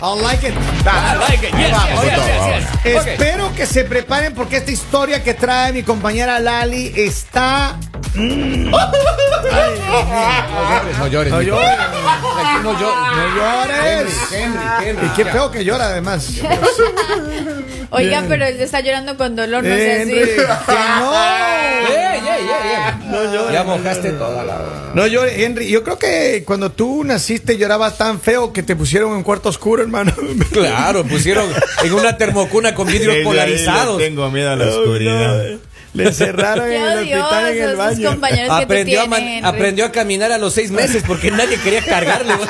don't like it. I like it. Yes, Vamos yes, yes, todos yes, ahora. yes. Ok. Espero que se preparen porque esta historia que trae mi compañera Lali está. No llores. No Nico. llores. Aquí no llores. ¡No llores! Henry, Henry, Y qué feo que llora además. Oiga, pero él está llorando con dolor, no sé Henry, si. que no. Ey, ey, ey, ey. Ya mojaste toda la. No llores, Henry. Yo creo que cuando tú naciste llorabas tan feo que te pusieron en cuarto oscuro, hermano. Claro, pusieron en una termocuna con vidrios Ella ahí le polarizados. Tengo miedo a la oscuridad. Le encerraron en el hospital en el odiosos sus baño. compañeros que te Aprendió a, man- tienen. aprendió a caminar a los seis meses porque nadie quería cargarle. güey.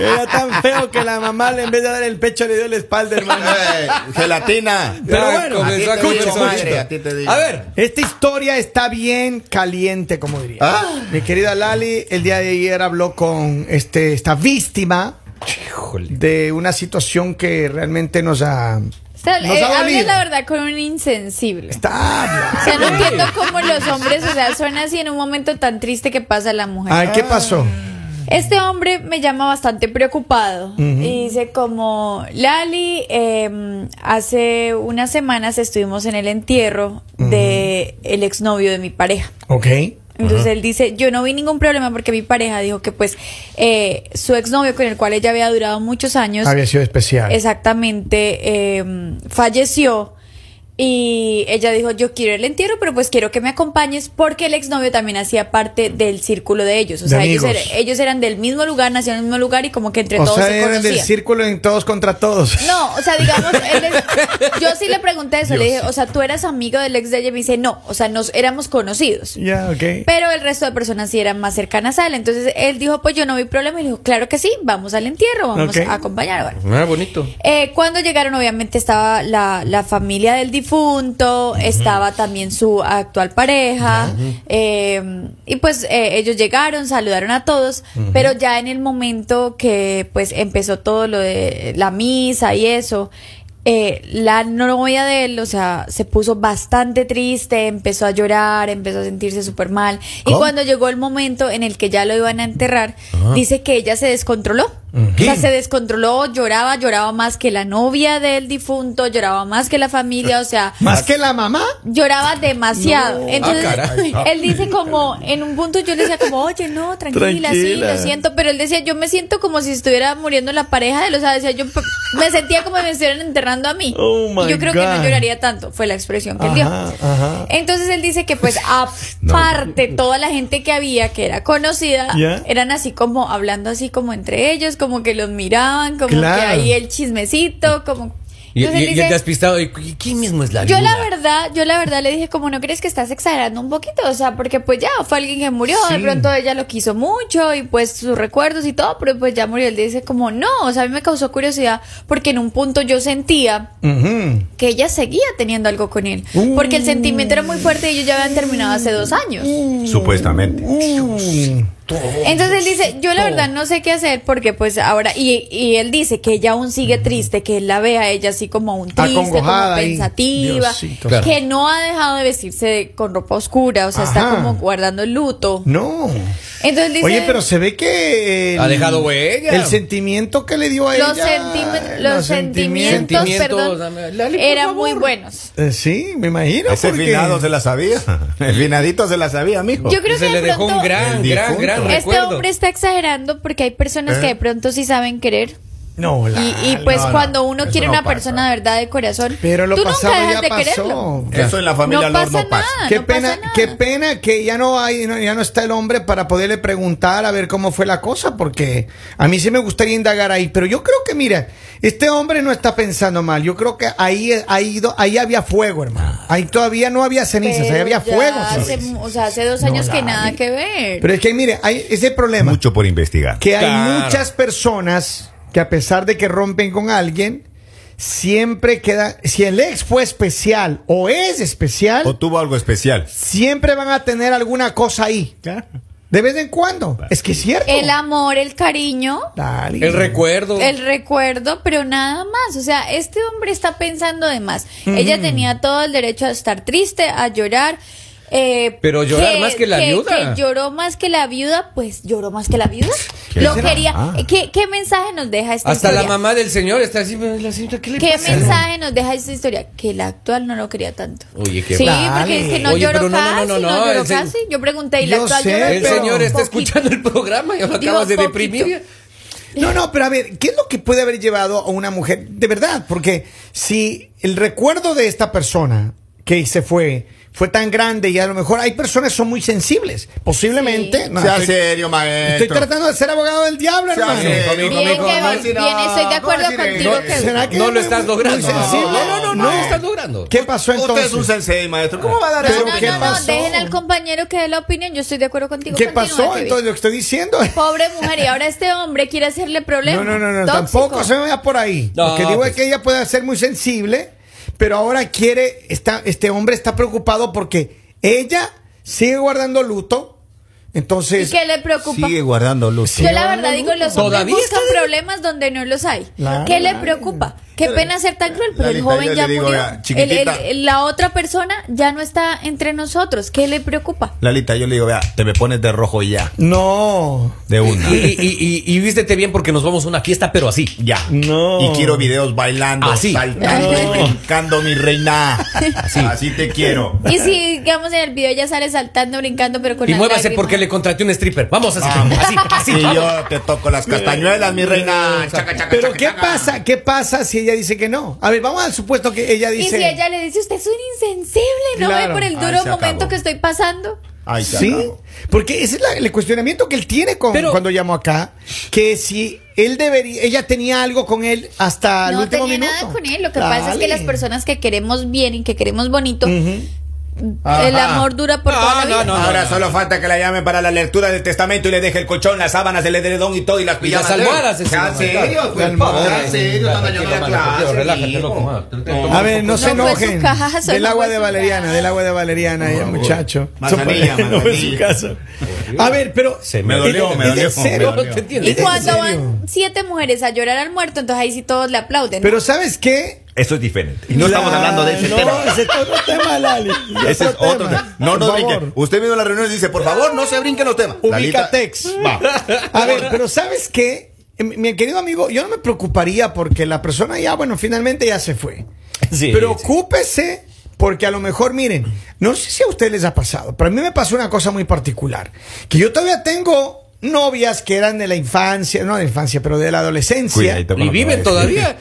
Era tan feo que la mamá le, en vez de dar el pecho le dio la espalda, hermano. Eh, gelatina. Pero Ya bueno, comenzó a a ti te comer digo, solito. madre, a ti te digo. A ver, Esta historia está bien caliente, como diría. Ah. Mi querida Lali, el día de ayer habló con este, esta víctima de una situación que realmente nos ha. O sea, nos eh, ha habla dolido. la verdad con un insensible. Está. O sea, no entiendo cómo los hombres, o sea, son así en un momento tan triste que pasa la mujer. Ay, Ah, ¿qué pasó? Este hombre me llama bastante preocupado y dice como, Lali, eh, hace unas semanas estuvimos en el entierro de el exnovio de mi pareja. Ok. Entonces él dice, yo no vi ningún problema porque mi pareja dijo que pues eh, su exnovio con el cual ella había durado muchos años, Había sido especial. exactamente, eh, falleció. Y ella dijo, yo quiero el entierro, pero pues quiero que me acompañes porque el exnovio también hacía parte del círculo de ellos. O De sea, ellos, amigos. era- ellos eran del mismo lugar, nacieron en el mismo lugar y como que entre o todos sea, se eran del conocían. círculo en todos contra todos. No, o sea, digamos, él es- yo sí le pregunté eso, le dije, o sea, tú eras amigo del ex de ella y me dice, no, o sea, nos éramos conocidos. Ya, ok. Pero el resto de personas sí eran más cercanas a él. Entonces él dijo, pues yo no vi problema. Y le dijo, claro que sí, vamos al entierro, vamos Ok. a acompañar. Bueno, ah, bonito. eh, cuando llegaron, obviamente estaba la, la familia del difunto, estaba también su actual pareja, eh, y pues eh, ellos llegaron, saludaron a todos, pero ya en el momento que pues empezó todo lo de la misa y eso. eh, la novia de él, o sea, se puso bastante triste, empezó a llorar, empezó a sentirse súper mal. Y cuando llegó el momento en el que ya lo iban a enterrar, dice que ella se descontroló. O sea, se descontroló, lloraba, lloraba más que la novia del difunto, lloraba más que la familia, o sea, Más que la mamá. lloraba demasiado. Entonces, Ah, caray. él dice como, en un punto yo le decía como, oye, no, tranquila, sí, Tranquila. lo siento, pero él decía, yo me siento como si estuviera muriendo la pareja de él, o sea, decía, yo p- me sentía como si me estuvieran enterrando a mí. Oh, my y yo creo que God. no lloraría tanto, fue la expresión que él dio. Ajá, ajá. Entonces él dice que pues aparte toda la gente que había que era conocida Ya. eran así como hablando así como entre ellos, como que los miraban, como Claro. que ahí el chismecito, como Y, Entonces y- él y el dice, despistado, ¿y qui- quién mismo es la yo la viuda? verdad, yo la verdad le dije como no crees que estás exagerando un poquito, o sea, porque pues ya fue alguien que murió, de pronto ella lo quiso mucho y pues sus recuerdos y todo, pero pues ya murió. Él dice como no, o sea, a mí me causó curiosidad porque en un punto yo sentía Ujú. que ella seguía teniendo algo con él, porque el sentimiento era muy fuerte y ellos ya habían terminado hace dos años. Supuestamente. Entonces él dice, yo la verdad no sé qué hacer porque pues ahora, y, y él dice que ella aún sigue triste, que él la ve a ella así como un triste, como Acongojada ahí. pensativa, Diosito. Claro. que no ha dejado de vestirse con ropa oscura, o sea, está Ajá. como guardando el luto. No. Entonces dice, Oye, pero se ve que. el- Ha dejado huella. El sentimiento que le dio a los, ella. sentime- los sentimientos, sentimientos, perdón, dame- Lali, por eran favor. muy buenos. Eh, sí, me imagino. Ese porque- finado se la sabía. El finadito se la sabía, mijo. Yo creo se que le de dejó un pronto gran, El gran, difunto. gran este recuerdo. hombre está exagerando porque hay personas que de pronto sí saben querer. No, la- Y, y pues no, no, cuando uno eso quiere no una pasa. persona de verdad de corazón, Pero lo tú pasado nunca dejas ya de quererlo. pasó. Eso en la familia No Lord pasa no pasa. nada. Qué no pena, pasa nada. qué pena que ya no hay, no- ya no está el hombre para poderle preguntar a ver cómo fue la cosa, porque a mí sí me gustaría indagar ahí, pero yo creo que mira, este hombre no está pensando mal, yo creo que ahí, ahí, do- ahí había fuego, hermano, ahí todavía no había cenizas, ahí Pero había ya fuego. hace señores. mu- o sea, hace dos años que nada que ver. Pero es que mire, hay ese problema. Mucho por investigar. que hay Claro. muchas personas que a pesar de que rompen con alguien, siempre queda, si el ex fue especial o es especial, ¿O tuvo algo especial? siempre van a tener alguna cosa ahí. De vez en cuando. Es que es cierto. el amor, el cariño, Dale. El recuerdo. el recuerdo, pero nada más. O sea, este hombre está pensando de más. Mm. Ella tenía todo el derecho a estar triste, a llorar. eh, Pero llorar más que la viuda. Que lloró más que la viuda, pues lloró más que la viuda. ¿Qué lo será? quería. Ah. ¿Qué, qué mensaje nos deja esta Hasta la historia? mamá del señor está así, la señora, ¿qué le ¿Qué pasa? mensaje nos deja esta historia? Que el actual no lo quería tanto. Oye, qué Sí, Dale. porque es que no Oye, lloró pero no, no, casi, no, no, no, no, lloró el se- casi. Yo pregunté y la Yo actual sé, este lloró. pero- El señor está poquito. escuchando el programa y lo Digo, acabas de poquito. deprimir. No, no, pero a ver, ¿qué es lo que puede haber llevado a una mujer? De verdad, porque si el recuerdo de esta persona que se fue fue tan grande y a lo mejor hay personas que son muy sensibles, posiblemente. Sí. No, sea estoy, serio, maestro. estoy tratando de ser abogado del diablo, Sea hermano. serio, Bien, conmigo, que conmigo, va- no, si no, bien, estoy de acuerdo ¿cómo decir contigo eso? que- ¿Será que No es lo muy- estás muy logrando. sensible? No, no, no, no, lo estás logrando. ¿Qué pasó Usted entonces? es un sensei, maestro. ¿Cómo va a dar Pero eso? No, ¿qué no, no, pasó? dejen al compañero que dé la opinión. Yo estoy de acuerdo contigo. ¿Qué Continúa, pasó? Kevin. Entonces lo que estoy diciendo. Pobre mujer, y ahora este hombre quiere hacerle problema. No, no, no, no, Tóxico. tampoco se vaya por ahí. No, lo que digo pues. es que ella puede ser muy sensible, pero ahora quiere, está, este hombre está preocupado porque ella sigue guardando luto, ¿Y entonces... qué le preocupa? Sigue guardando luz. Yo la verdad digo, los hombres Todavía buscan está de- problemas donde no los hay. Claro. ¿Qué le preocupa? Qué pena ser tan cruel, pero el Lalita, yo joven ya le digo, murió. vea, chiquitita. El- el- el- la otra persona ya no está entre nosotros. ¿Qué le preocupa? Lalita, yo le digo, vea, te me pones de rojo ya. No. De una. Y, y- y- y vístete bien porque nos vamos a una fiesta, pero así. Ya. No. Y quiero videos bailando, Así. saltando, No. brincando, mi reina. Así. Así te quiero. Y si, digamos, en el video ya sale saltando, brincando, pero con Y las muévase lágrimas. porque le contraté un stripper. Vamos así. Vamos. Así, así. y vamos. yo te toco las castañuelas, mi reina. Chaca, chaca, Pero chaca, ¿qué chaca. pasa? ¿Qué pasa si ella dice que no? A ver, vamos al supuesto que ella Y dice... si ella le dice, usted es un insensible, no Claro. ve por el Ahí duro se momento acabó. que estoy pasando. Ay, se Sí, acabó. porque ese es la- el cuestionamiento que él tiene con, Pero- cuando llamó acá, que si él debería, ella tenía algo con él hasta el no último tenía minuto. nada con él. Lo que pasa es Dale. que las personas que queremos bien y que queremos bonito, el Ajá. amor dura por No, toda la no, vida. no, Ahora solo falta que la llame para la lectura del testamento y le deje el colchón, las sábanas, el edredón y todo y las Y las pijamas. almohadas, ese Ya, señor. serio, pues, Calma. papá, ya, serio, están dañando la Tranquilo, clase, relájate, mijo. loco, ma. No. A ver, no, se No fue su enojen. casa, del no agua fue de su Valeriana, casa. del agua de Valeriana, el muchacho. Manzanilla, No fue su manzanilla. casa. A ver, pero. Se me ¿es- dolió, me es dolió, en serio? me dolió. ¿Te entiendes? Y ¿Es en cuando van serio? siete mujeres a llorar al muerto, entonces ahí sí todos le aplauden. Pero ¿sabes qué? Eso es diferente. Y no estamos La- hablando de ese no, tema. ese es otro tema, Lali. Ese es otro tema. tema. No nos Por favor. brinquen. Usted vino a la reunión y dice, por favor, no se brinquen los temas. Lalita, Ubicatex. A ver, pero ¿sabes qué? Eh, Mi querido amigo, yo no me preocuparía porque la persona ya, bueno, finalmente ya se fue. Sí, Preocúpese porque a lo mejor, miren, no sé si a ustedes les ha pasado, pero a mí me pasó una cosa muy particular, que yo todavía tengo novias que eran de la infancia, no de la infancia, pero de la adolescencia. Cuidadito con Y lo que va a viven decir. todavía.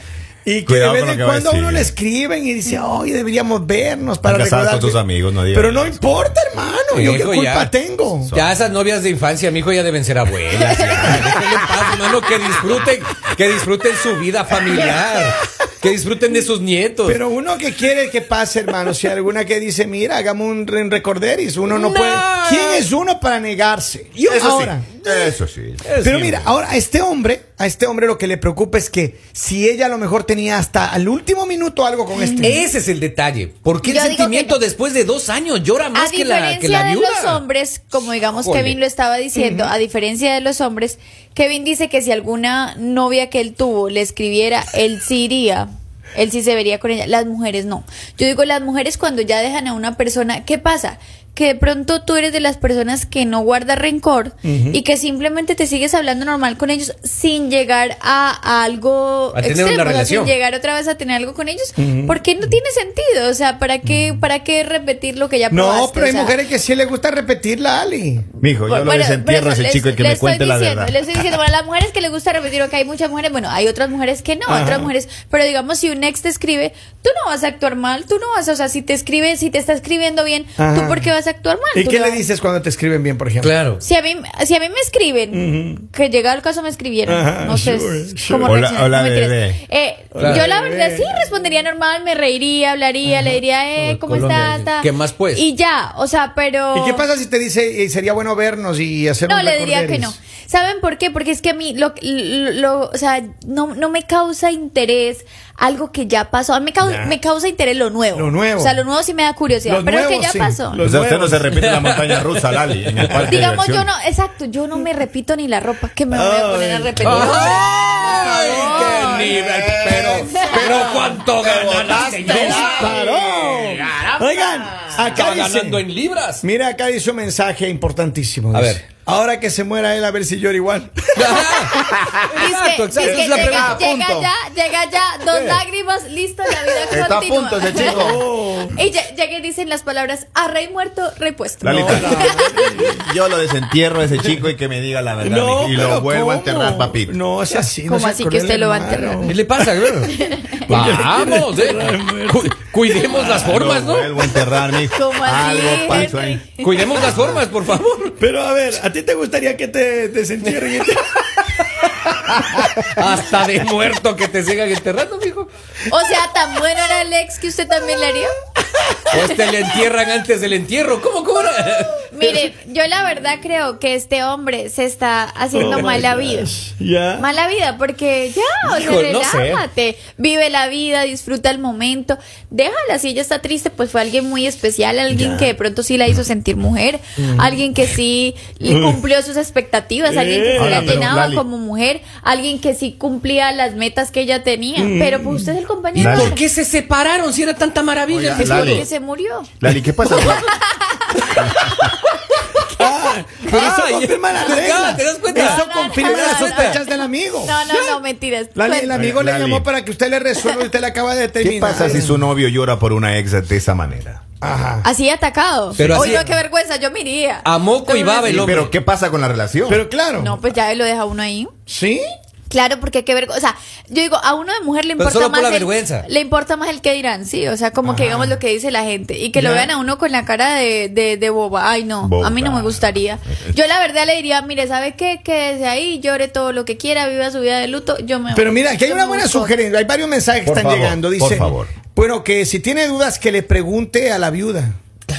Y que Cuidado de con vez lo en que va a cuando uno decir. le escriben y dice, oye, deberíamos vernos para Están casadas recordar. con tus que-". amigos, no digan Pero no eso. importa, hermano, yo qué Hijo, culpa ya. tengo. Ya esas novias de infancia, mi hijo ya deben ser abuelas. ya. Déjenlo en paz, hermano, que disfruten, que disfruten su vida familiar, que disfruten de sus nietos. Pero uno que quiere que pase, hermano, si hay alguna que dice, mira, hagamos un re- recorderis, uno no, No. puede. ¿Quién es uno para negarse? Yo- eso ahora. sí. Eso sí. Pero mira, ahora a este hombre, a este hombre lo que le preocupa es que si ella a lo mejor tenía hasta al último minuto algo con este. Ese es el detalle. Porque el Yo digo sentimiento que no. después de dos años llora a más que la, diferencia que la de viuda? los hombres, como digamos Híjole. Kevin lo estaba diciendo, a diferencia de los hombres, Kevin dice que si alguna novia que él tuvo le escribiera, él sí iría. Él sí se vería con ella, las mujeres no. Yo digo, las mujeres cuando ya dejan a una persona, ¿qué pasa? Que de pronto tú eres de las personas que no guarda rencor y que simplemente te sigues hablando normal con ellos sin llegar a, a algo A tener extremo, una o sea, relación. sin llegar otra vez a tener algo con ellos, porque no tiene sentido, o sea, ¿para qué, para qué repetir lo que ya No, probaste? pero O hay sea, mujeres que sí le gusta repetirla, Ali. Mijo, yo lo bueno, desentierro pero a ese les- chico y que les me estoy cuente la diciendo, verdad. Les estoy diciendo, bueno, a las mujeres que les gusta repetir, ok, hay muchas mujeres, bueno, hay otras mujeres que no, otras mujeres, pero digamos, si un ex te escribe, tú no vas a actuar mal, tú no vas, a- o sea, si te escribe, si te está escribiendo bien, Ajá. ¿tú por qué vas a actuar mal? ¿Y Tú qué no le vas- dices cuando te escriben bien, por ejemplo? Claro. Si a mí, si a mí me escriben, que llega el caso me escribieron, Ajá, no sé sure, es- sure. cómo Hola- reaccionar, hola, no mentiras. bebé. Eh, Hola, yo la bebé. verdad sí respondería normal, me reiría, hablaría, le diría, eh, Hola, ¿cómo Colombia. estás? Ta. ¿Qué más, pues? Y ya, o sea, pero... ¿Y qué pasa si te dice, eh, sería bueno vernos y hacer No, un le diría que recorderis"? no. ¿Saben por qué? Porque es que a mí, lo, lo- lo- o sea, no, no me causa interés algo que ya pasó. A mí me cau- me causa, interés lo nuevo. Lo nuevo. O sea, lo nuevo sí me da curiosidad, Lo pero es que nuevo, ya sí. pasó. Lo- O sea, usted no nuevos. se repite la montaña rusa, Lali, en el parque de Digamos, yo diversiones. no, exacto, yo no me repito ni la ropa que me voy a poner a repetir. ¡Ay, Por favor. qué nivel! Pero, pero ¿cuánto gana la señora? ¡Paró! Oigan, acá Está dice, ganando en libras. Mira, acá dice un mensaje importantísimo. A dice. ver. Ahora que se muera él, a ver si llora igual. Exacto, Dice exacto. que Es la pregunta. llega, pregunta. llega ya, llega ya, dos lágrimas, listo, la vida Está a continúa. punto ese chico. Y ya, ya que dicen las palabras a rey muerto, repuesto. Lalita, No, yo lo desentierro a ese chico y que me diga la verdad. y pero lo vuelvo a ¿cómo? enterrar, papito. No, es así. no ¿Cómo sea así cruel, que usted lo va a hermano. enterrar? ¿Qué le pasa, bro? Vamos, eh. Cu- cuidemos las formas, Lo Ah, ¿no? vuelvo a enterrar, mijo. ¿Cómo así, Algo pasó ahí. Henry? Cuidemos las formas, por favor. Pero a ver, ¿a ti te gustaría que te este desentierren? Hasta de muerto que te sigan enterrando, mijo. O sea, tan bueno era el ex que usted también le haría. Pues te le entierran antes del entierro. ¿Cómo, cómo? era? Mire, yo la verdad creo que este hombre se está Oh haciendo mala vida. ya. Mala vida, porque ya, o sea, Hijo, no sé. relájate, vive la vida, disfruta el momento, déjala, si ella está triste, pues fue alguien muy especial, alguien que de pronto sí la hizo sentir mujer, Mm. alguien que sí le cumplió sus expectativas, alguien Eh. que sí Ahora, la pero, llenaba Lali. como mujer, alguien que sí cumplía las metas que ella tenía, Mm. pero pues usted es el compañero, Lali. ¿Por qué se separaron si era tanta maravilla? Oiga, es Lali. porque se murió. Lali, ¿qué pasa? Pero Ah, eso confirma la Delgada, regla. ¿te das cuenta? Eso confirma No, las no, sospechas del amigo. No, no, no, mentiras. Lali, el Cuenta. amigo Lali. le llamó para que usted le resuelva y usted le acaba de terminar. ¿Qué pasa si su Ah. novio llora por una ex de esa manera? Ajá. Así atacado. Pero Oye, así- qué vergüenza, yo me iría. A moco y baba el hombre. Pero ¿qué pasa con la relación? Pero claro. No, pues ya lo deja uno ahí. ¿Sí? Claro, porque qué vergüenza. O sea, yo digo, a uno de mujer le Pero importa solo por más. la el, vergüenza. Le importa más el que dirán, sí. O sea, como que digamos lo que dice la gente. Y que lo Ya. vean a uno con la cara de, de, de boba. Ay, no. A mí no Boba. me gustaría. Yo la verdad le diría, mire, ¿sabe qué? Quédese ahí, llore todo lo que quiera, viva su vida de luto. Yo me Pero mira, aquí hay yo una me buena busco otra. sugerencia. Hay varios mensajes que Por están favor, llegando. por Dice, favor. bueno, que si tiene dudas, que le pregunte a la viuda.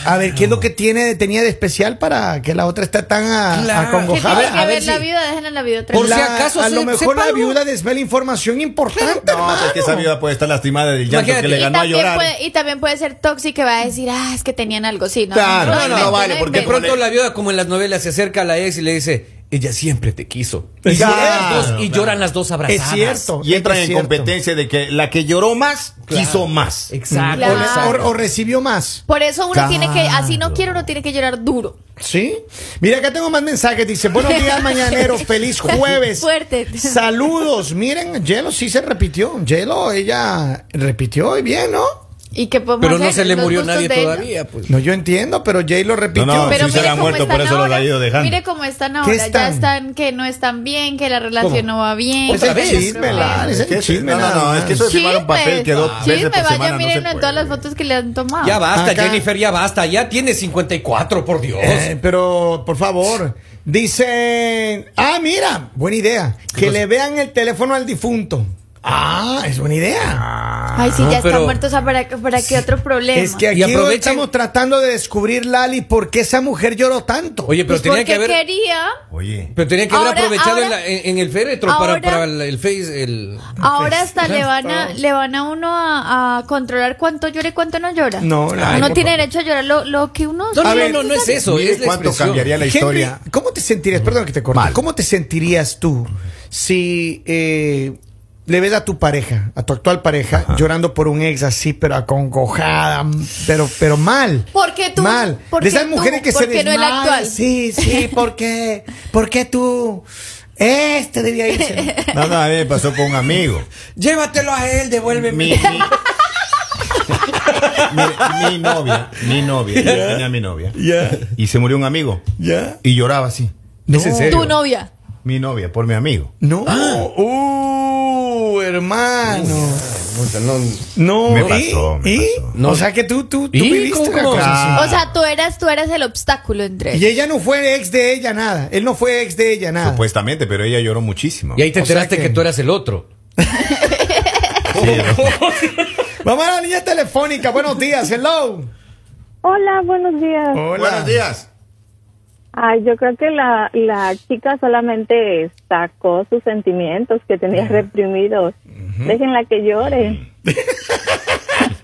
A ver, ¿qué es lo que tiene, tenía de especial para que la otra está tan a- Claro. ¿Qué acongojada? tiene A ver, que a ver ver la si- viuda? Déjenla la viuda Por si La- acaso a se- lo mejor sepa la algo. viuda desvela información importante. No, es que esa viuda puede estar lastimada del llanto Imagínate. que le y, ganó a también llorar. puede, y también puede ser tóxica y va a decir, ah, es que tenían algo. Sí, no. Claro, no, no, inventes, vale, porque De inventes. pronto la viuda, como en las novelas, se acerca a la ex y le dice, ella siempre te quiso. Y, Claro, lloran, las dos, y claro. lloran las dos Es abrazadas. cierto. Y entran es en cierto. competencia de que la que lloró más quiso más. Exacto. Claro. O, o recibió más. Por eso uno tiene que, así no Claro. quiere, uno tiene que llorar duro. ¿Sí? Mira, acá tengo más mensajes. Dice, buenos días, mañanero. Feliz jueves. Fuerte. Saludos. Miren, Yelo sí se repitió. Yelo, ella repitió y bien, ¿no? ¿Y qué podemos Pero no hacer? se le Los murió gustos nadie de él, ¿no? todavía, pues. No, yo entiendo, pero Jay lo repitió. No, no, Pero Sí, se le mire ha cómo muerto, están por eso lo ahora. ha ido dejando. Mire cómo están ahora. Ya están? están que no están bien, que la relación ¿Cómo? no va bien. Es el que ¿Otra tienen vez? chisme, la- problemas. es el ¿Qué es? chisme. No, no, nada no, es más. Ah, que eso- firmar un papel que Ah. dos Chismes, veces por vaya, semana no miren se en todas puede. las fotos que le han tomado. Ya basta, Acá- Jennifer, ya basta. Ya tiene 54, por Dios. Eh, pero, por favor, dicen... Ah, mira, buena idea. Que le vean el teléfono al difunto. Ah, es buena idea. Ay, sí, No, ya está pero- muerto, o sea, ¿para, para qué otro problema? Es que Y aquí aprovechen- estamos tratando de descubrir, Lali, por qué esa mujer lloró tanto. Oye, pero Pues tenía porque que haber... quería... Oye. Pero tenía que haber Ahora- aprovechado en, ahora- la- en- en el féretro ahora- para, para el, el face, el... Ahora hasta le van a, le van a uno a, a controlar cuánto llora y cuánto no llora. No, la- uno por tiene derecho a llorar lo, lo que uno. No, no, A ver, no, no, no es eso. Mire es la cuánto expresión. cambiaría la Henry, historia. Mm, ¿Cómo te sentirías? Perdón que te corte. Mal. ¿Cómo te sentirías tú si eh, le ves a tu pareja, a tu actual pareja, llorando por un ex así, pero acongojada, m- pero, pero mal? ¿Por qué tú? Mal. ¿Por de qué esas tú? mujeres que ¿Por se qué no el desmayan. actual? Sí, sí, ¿por qué? ¿Por qué tú? Este debía irse. No, no, a mí me pasó con un amigo. Llévatelo a él, Mi, devuélveme. mi, mi- mi novia, mi novia, yo tenía mi novia. Y se murió un amigo. ¿Ya? Y lloraba así. No. ¿Es en serio? Tu novia. Mi novia, por mi amigo. No. Uh, hermano. No. Me ¿y? pasó, me ¿y? pasó. O sea que tú, tú, tú ¿Y? viviste ¿Cómo, una cómo? cosa así. O sea, tú eras, tú eras el obstáculo entre Y ellos. ella no fue ex de ella nada. Él no fue ex de ella nada. Supuestamente, pero ella lloró muchísimo. Y ahí te O sea enteraste que... que tú eras el otro. Sí, yo- Vamos a la línea telefónica. Buenos días. Hello. Hola, buenos días. Oh. Buenos días. Ay, yo creo que la, la chica solamente sacó sus sentimientos que tenía reprimidos. Déjenla que llore.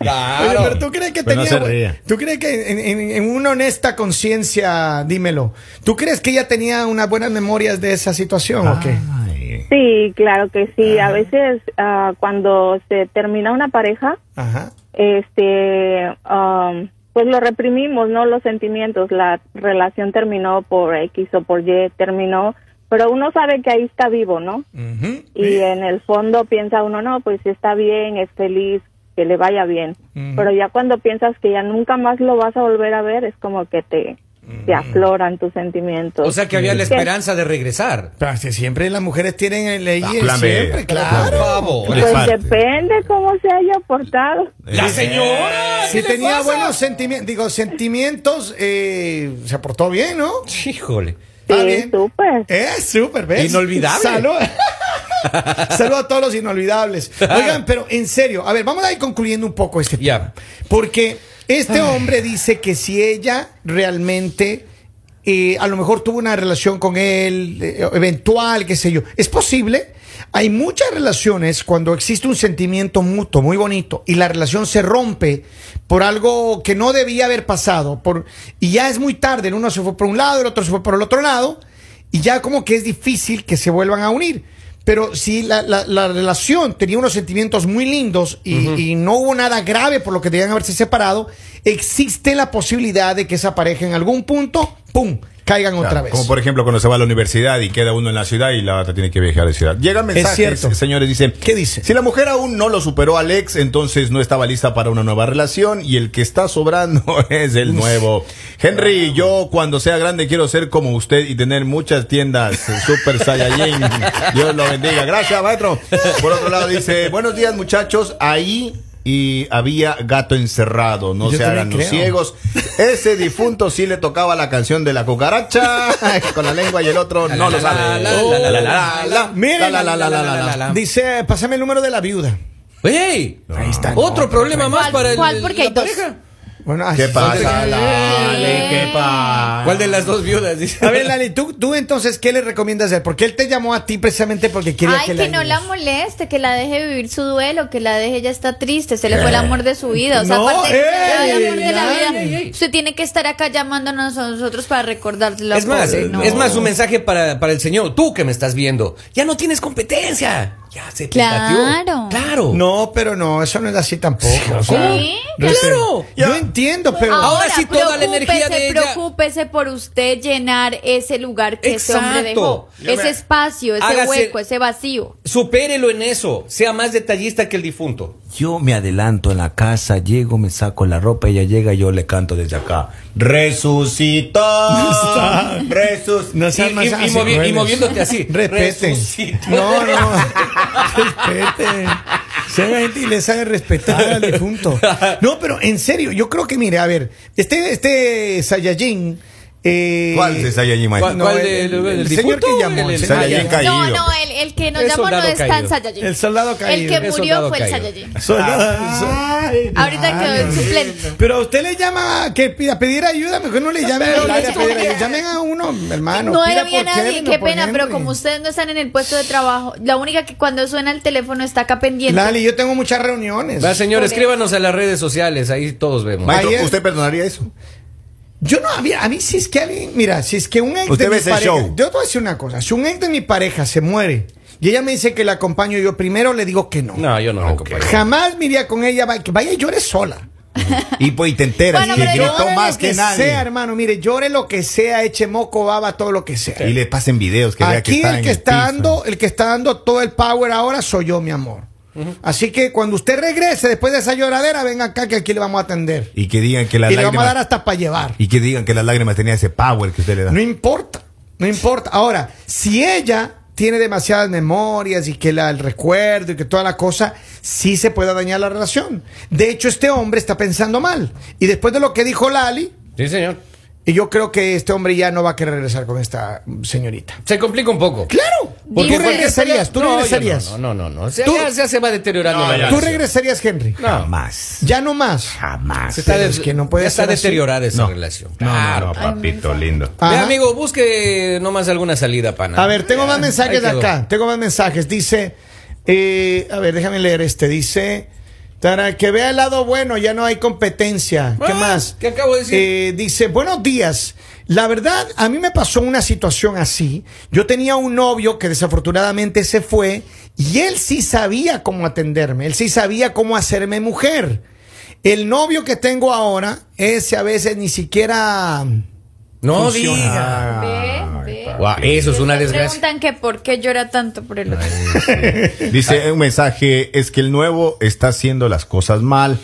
Oye, pero tú crees que Pero Pues no tenía. se ría. tú crees que en, en- en una honesta conciencia, dímelo. ¿Tú crees que ella tenía unas buenas memorias de esa situación o qué? Ay. Sí, claro que sí. A veces ah, cuando se termina una pareja, Ajá. este, am, pues lo reprimimos, ¿no? Los sentimientos, la relación terminó por X o por Y, terminó, pero uno sabe que ahí está vivo, ¿no? Ujú. Y en el fondo piensa uno, no, pues está bien, es feliz, que le vaya bien. Pero ya cuando piensas que ya nunca más lo vas a volver a ver, es como que te, te afloran tus sentimientos. O sea que había la esperanza de regresar. Pero si siempre las mujeres tienen el ley eh, Ah, plan B. siempre, Por claro. favor. Les Pues parte. depende cómo se haya portado. La señora. Si tenía buenos sentimientos, digo, sentimientos, eh, se portó bien, ¿no? Híjole. Está Sí, bien. súper. Es súper, ¿ves? Inolvidable. Salud. Salud a todos los inolvidables. Oigan, pero en serio, a ver, vamos a ir concluyendo un poco este Ya. tema. Porque este hombre dice que si ella realmente eh, a lo mejor tuvo una relación con él, eh, eventual, qué sé yo, es posible. Hay muchas relaciones cuando existe un sentimiento mutuo muy bonito y la relación se rompe por algo que no debía haber pasado por, y ya es muy tarde, el uno se fue por un lado, el otro se fue por el otro lado y ya como que es difícil que se vuelvan a unir. Pero si la, la- la relación tenía unos sentimientos muy lindos y, y no hubo nada grave por lo que debían haberse separado, existe la posibilidad de que esa pareja en algún punto, ¡pum!, caigan otra Claro, vez. Como por ejemplo cuando se va a la universidad y queda uno en la ciudad y la otra tiene que viajar de ciudad. Llegan mensajes, cierto. señores, dicen, ¿Qué dice? Si la mujer aún no lo superó al ex, entonces no estaba lista para una nueva relación y el que está sobrando es el nuevo. Henry, yo cuando sea grande quiero ser como usted y tener muchas tiendas eh, Super Saiyajin. Dios lo bendiga. Gracias, maestro. Por otro lado dice, buenos días muchachos, ahí... Y había gato encerrado, no Yo se hagan también los creo. ciegos. Ese difunto sí le tocaba la canción de la cucaracha con la lengua y el otro no lo sabe. La, la, la, la, la, la. Miren. La, la, la, la, la, la, la. la. Dice, pásame el número de la viuda. ¡Ey! Ahí está. Otro No, problema más ¿Cuál- para el. cuál? Porque la hay dos. pareja. Bueno, ay, ¿Qué ¿dónde- pasa, Lale? ¿Qué pasa? ¿Cuál de las dos viudas? Dice? A ver, Lali, ¿tú, tú entonces, ¿qué le recomiendas hacer? Porque él te llamó a ti precisamente porque quería Ay, que, que, le no la ayudes. moleste, que la deje vivir su duelo, que la deje ya está triste, se le Eh. fue el amor de su vida. O sea, No, aparte ey, el amor de la ay, vida, ay, usted tiene que estar acá llamándonos a nosotros para recordárselo. Es más, pobre, no. es más un mensaje para, para el señor. Tú que me estás viendo, ya no tienes competencia. Ya se Claro. petateó. Claro. No, pero no, eso no es así tampoco. o sea, ¿Cómo? ¿Sí? Claro. Yo entiendo, pero... Ahora sí toda la preocúpese, energía de ella- Preocúpese por usted llenar ese lugar que ese hombre Exacto. dejó, ese espacio, ese Hágase- hueco, ese vacío. Supérelo en eso. Sea más detallista que el difunto. Oh. Yo me adelanto en la casa, llego, me saco la ropa, ella llega y yo le canto desde acá. Resucitó. Resucitó. No Y, seas más y- y así, movi- y Ruedes. moviéndote así. Respeten. Resucitó. No, no. Respeten. Sean gentileza de respetar al difunto. No, pero en serio, yo creo que, mire, a ver, este, este Saiyajin. eh, ¿Cuál se sale allí, ¿Cuál- maestro? No, cuál el- del- el- del el señor difunto que o llamó, el- el el Saiyajin Saiyajin caído? No, no, el, el que nos El llamó no soldado está en caído. Saiyajin. El soldado El caído. que El murió soldado fue el caído. Saiyajin. Soldado- Ay, Ahorita quedó el Dios. suplente. Pero a usted le llama a que pida pedir ayuda, mejor no le llamen a nadie a pedir ayuda. Llamen a uno, hermano. No pida era bien Ah, por nadie, Kevin o qué por pena, pero Henry. como ustedes no están en el puesto de trabajo, la única que cuando suena el teléfono está acá pendiente. Lali, yo tengo muchas reuniones. Va, señor, escríbanos a las redes sociales. Ahí todos vemos. Ma- Maestro, Ayer- ¿usted perdonaría eso? Yo no, a mí, a mí si es que alguien, mira, si es que un ex Usted de ve mi ese pareja, show. yo te voy a decir una cosa, si un ex de mi pareja se muere y ella me dice que la acompaño, yo primero le digo que no. No, yo no, compañero. Jamás me iría con ella, va- que vaya y llore sola. Y pues y te enteras Bueno, que pero gritó Llore más lo que, sea, nadie. hermano, mire, llore lo que sea, eche moco, baba, todo lo que sea. Y le pasen videos que vea que Aquí está el en que está piso. dando, el que está dando todo el power ahora soy yo, mi amor. Así que cuando usted regrese después de esa lloradera, venga acá que aquí le vamos a atender. Y que digan que las y le vamos a dar lágrimas. hasta para llevar. Y que digan que las lágrimas tenía ese power que usted le da. No importa, no importa. Ahora, si ella tiene demasiadas memorias y que la- el recuerdo y que toda la cosa, sí se puede dañar la relación. De hecho, este hombre está pensando mal. Y después de lo que dijo Lali, Sí, señor. y yo creo que este hombre ya no va a querer regresar con esta señorita. Se complica un poco. ¡Claro! Dice- ¿Tú regresarías? ¿Tú No, yo regresarías? No, no, no. no, no. Se, Tú- ya, ya se va deteriorando. No, la ya. ¿Tú relación. regresarías, Henry? Jamás. Ya no más. Jamás. Se está, Pero de- es que no puede ya está ser así. deteriorada esa No. relación. No, no, Claro. no, papito lindo. Ve, Ajá. amigo, busque nomás alguna salida, pana. A ver, tengo más mensajes de Ahí quedó. acá. Tengo más mensajes. Dice, eh, a ver, déjame leer este. Dice, para que vea el lado bueno, ya no hay competencia. ¿Qué Ah, más? ¿qué acabo de decir? Eh, dice, buenos días. La verdad, a mí me pasó una situación así. Yo tenía un novio que desafortunadamente se fue y él sí sabía cómo atenderme, él sí sabía cómo hacerme mujer. El novio que tengo ahora, ese a veces ni siquiera... No Funciona. diga. Ve, ve. Guau, eso es una Me desgracia. Preguntan que por qué llora tanto por el otro. Dice un mensaje, es que el nuevo está haciendo las cosas mal.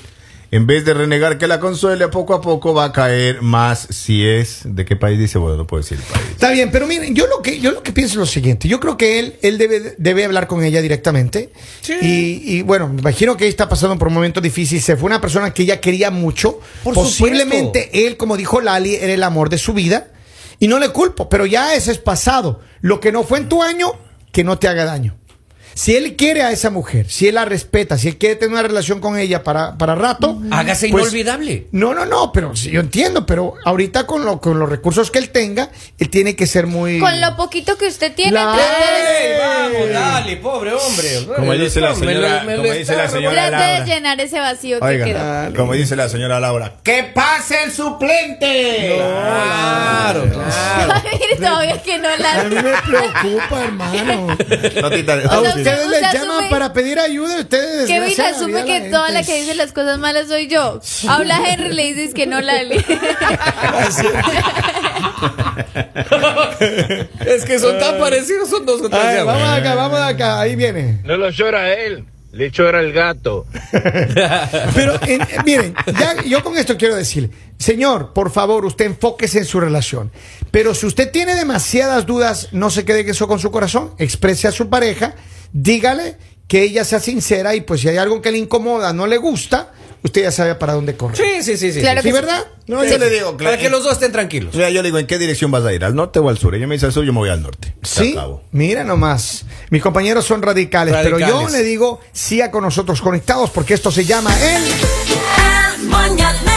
En vez de renegar que la consuele, poco a poco va a caer más si es... ¿De qué país dice? Bueno, no puedo decir el país. Está bien, pero miren, yo lo que yo lo que pienso es lo siguiente. Yo creo que él él debe debe hablar con ella directamente. Y, y, bueno, me imagino que ella está pasando por un momento difícil. Se fue una persona que ella quería mucho. Por Posiblemente él, como dijo Lali, era el amor de su vida. Y no le culpo, pero ya ese es pasado. Lo que no fue en tu año, que no te haga daño. Si él quiere a esa mujer, si él la respeta, si él quiere tener una relación con ella para, para rato, Hágase pues, inolvidable. no, no, no, pero sí, yo entiendo, pero ahorita con, lo, con los recursos que él tenga, él tiene que ser muy... Con lo poquito que usted tiene. La- trate de- Eh. ¡Ey, Vamos, dale, pobre hombre. Como dice Me la lo- señora- me lo como dice está la señora- trate Laura. de llenar ese vacío que quedó. Oiga, como dice la señora Laura. ¡Que pase el suplente! Claro, claro. Mire, todavía que no A mí me la. preocupa, hermano. No, tita, A sea, ustedes usted les llaman asume- para pedir ayuda, ustedes... Que desgracian mira, la vida asume a que gente. toda la que dice las cosas malas soy yo. Habla Henry, le dices que no la Es que son tan parecidos, son dos o A ver, tres. vamos de acá, vamos de acá, ahí viene. No lo llora él, le llora el gato. Pero en- eh, miren, ya, yo con esto quiero decir, señor, por favor, usted enfóquese en su relación. Pero si usted tiene demasiadas dudas, no se quede que eso con su corazón, exprese a su pareja, dígale que ella sea sincera y pues si hay algo que le incomoda, no le gusta, usted ya sabe para dónde correr. Sí, sí, sí, sí. Claro ¿Sí, que sí. verdad? No, yo le digo, Para que los dos estén tranquilos. O sea, yo le digo, ¿en qué dirección vas a ir? ¿Al norte o al sur? Ella me dice al sur, yo me voy al norte. Se Sí, acabó. mira nomás. Mis compañeros son radicales, pero yo Radicales. le digo, siga con nosotros conectados porque esto se llama el... El mañanero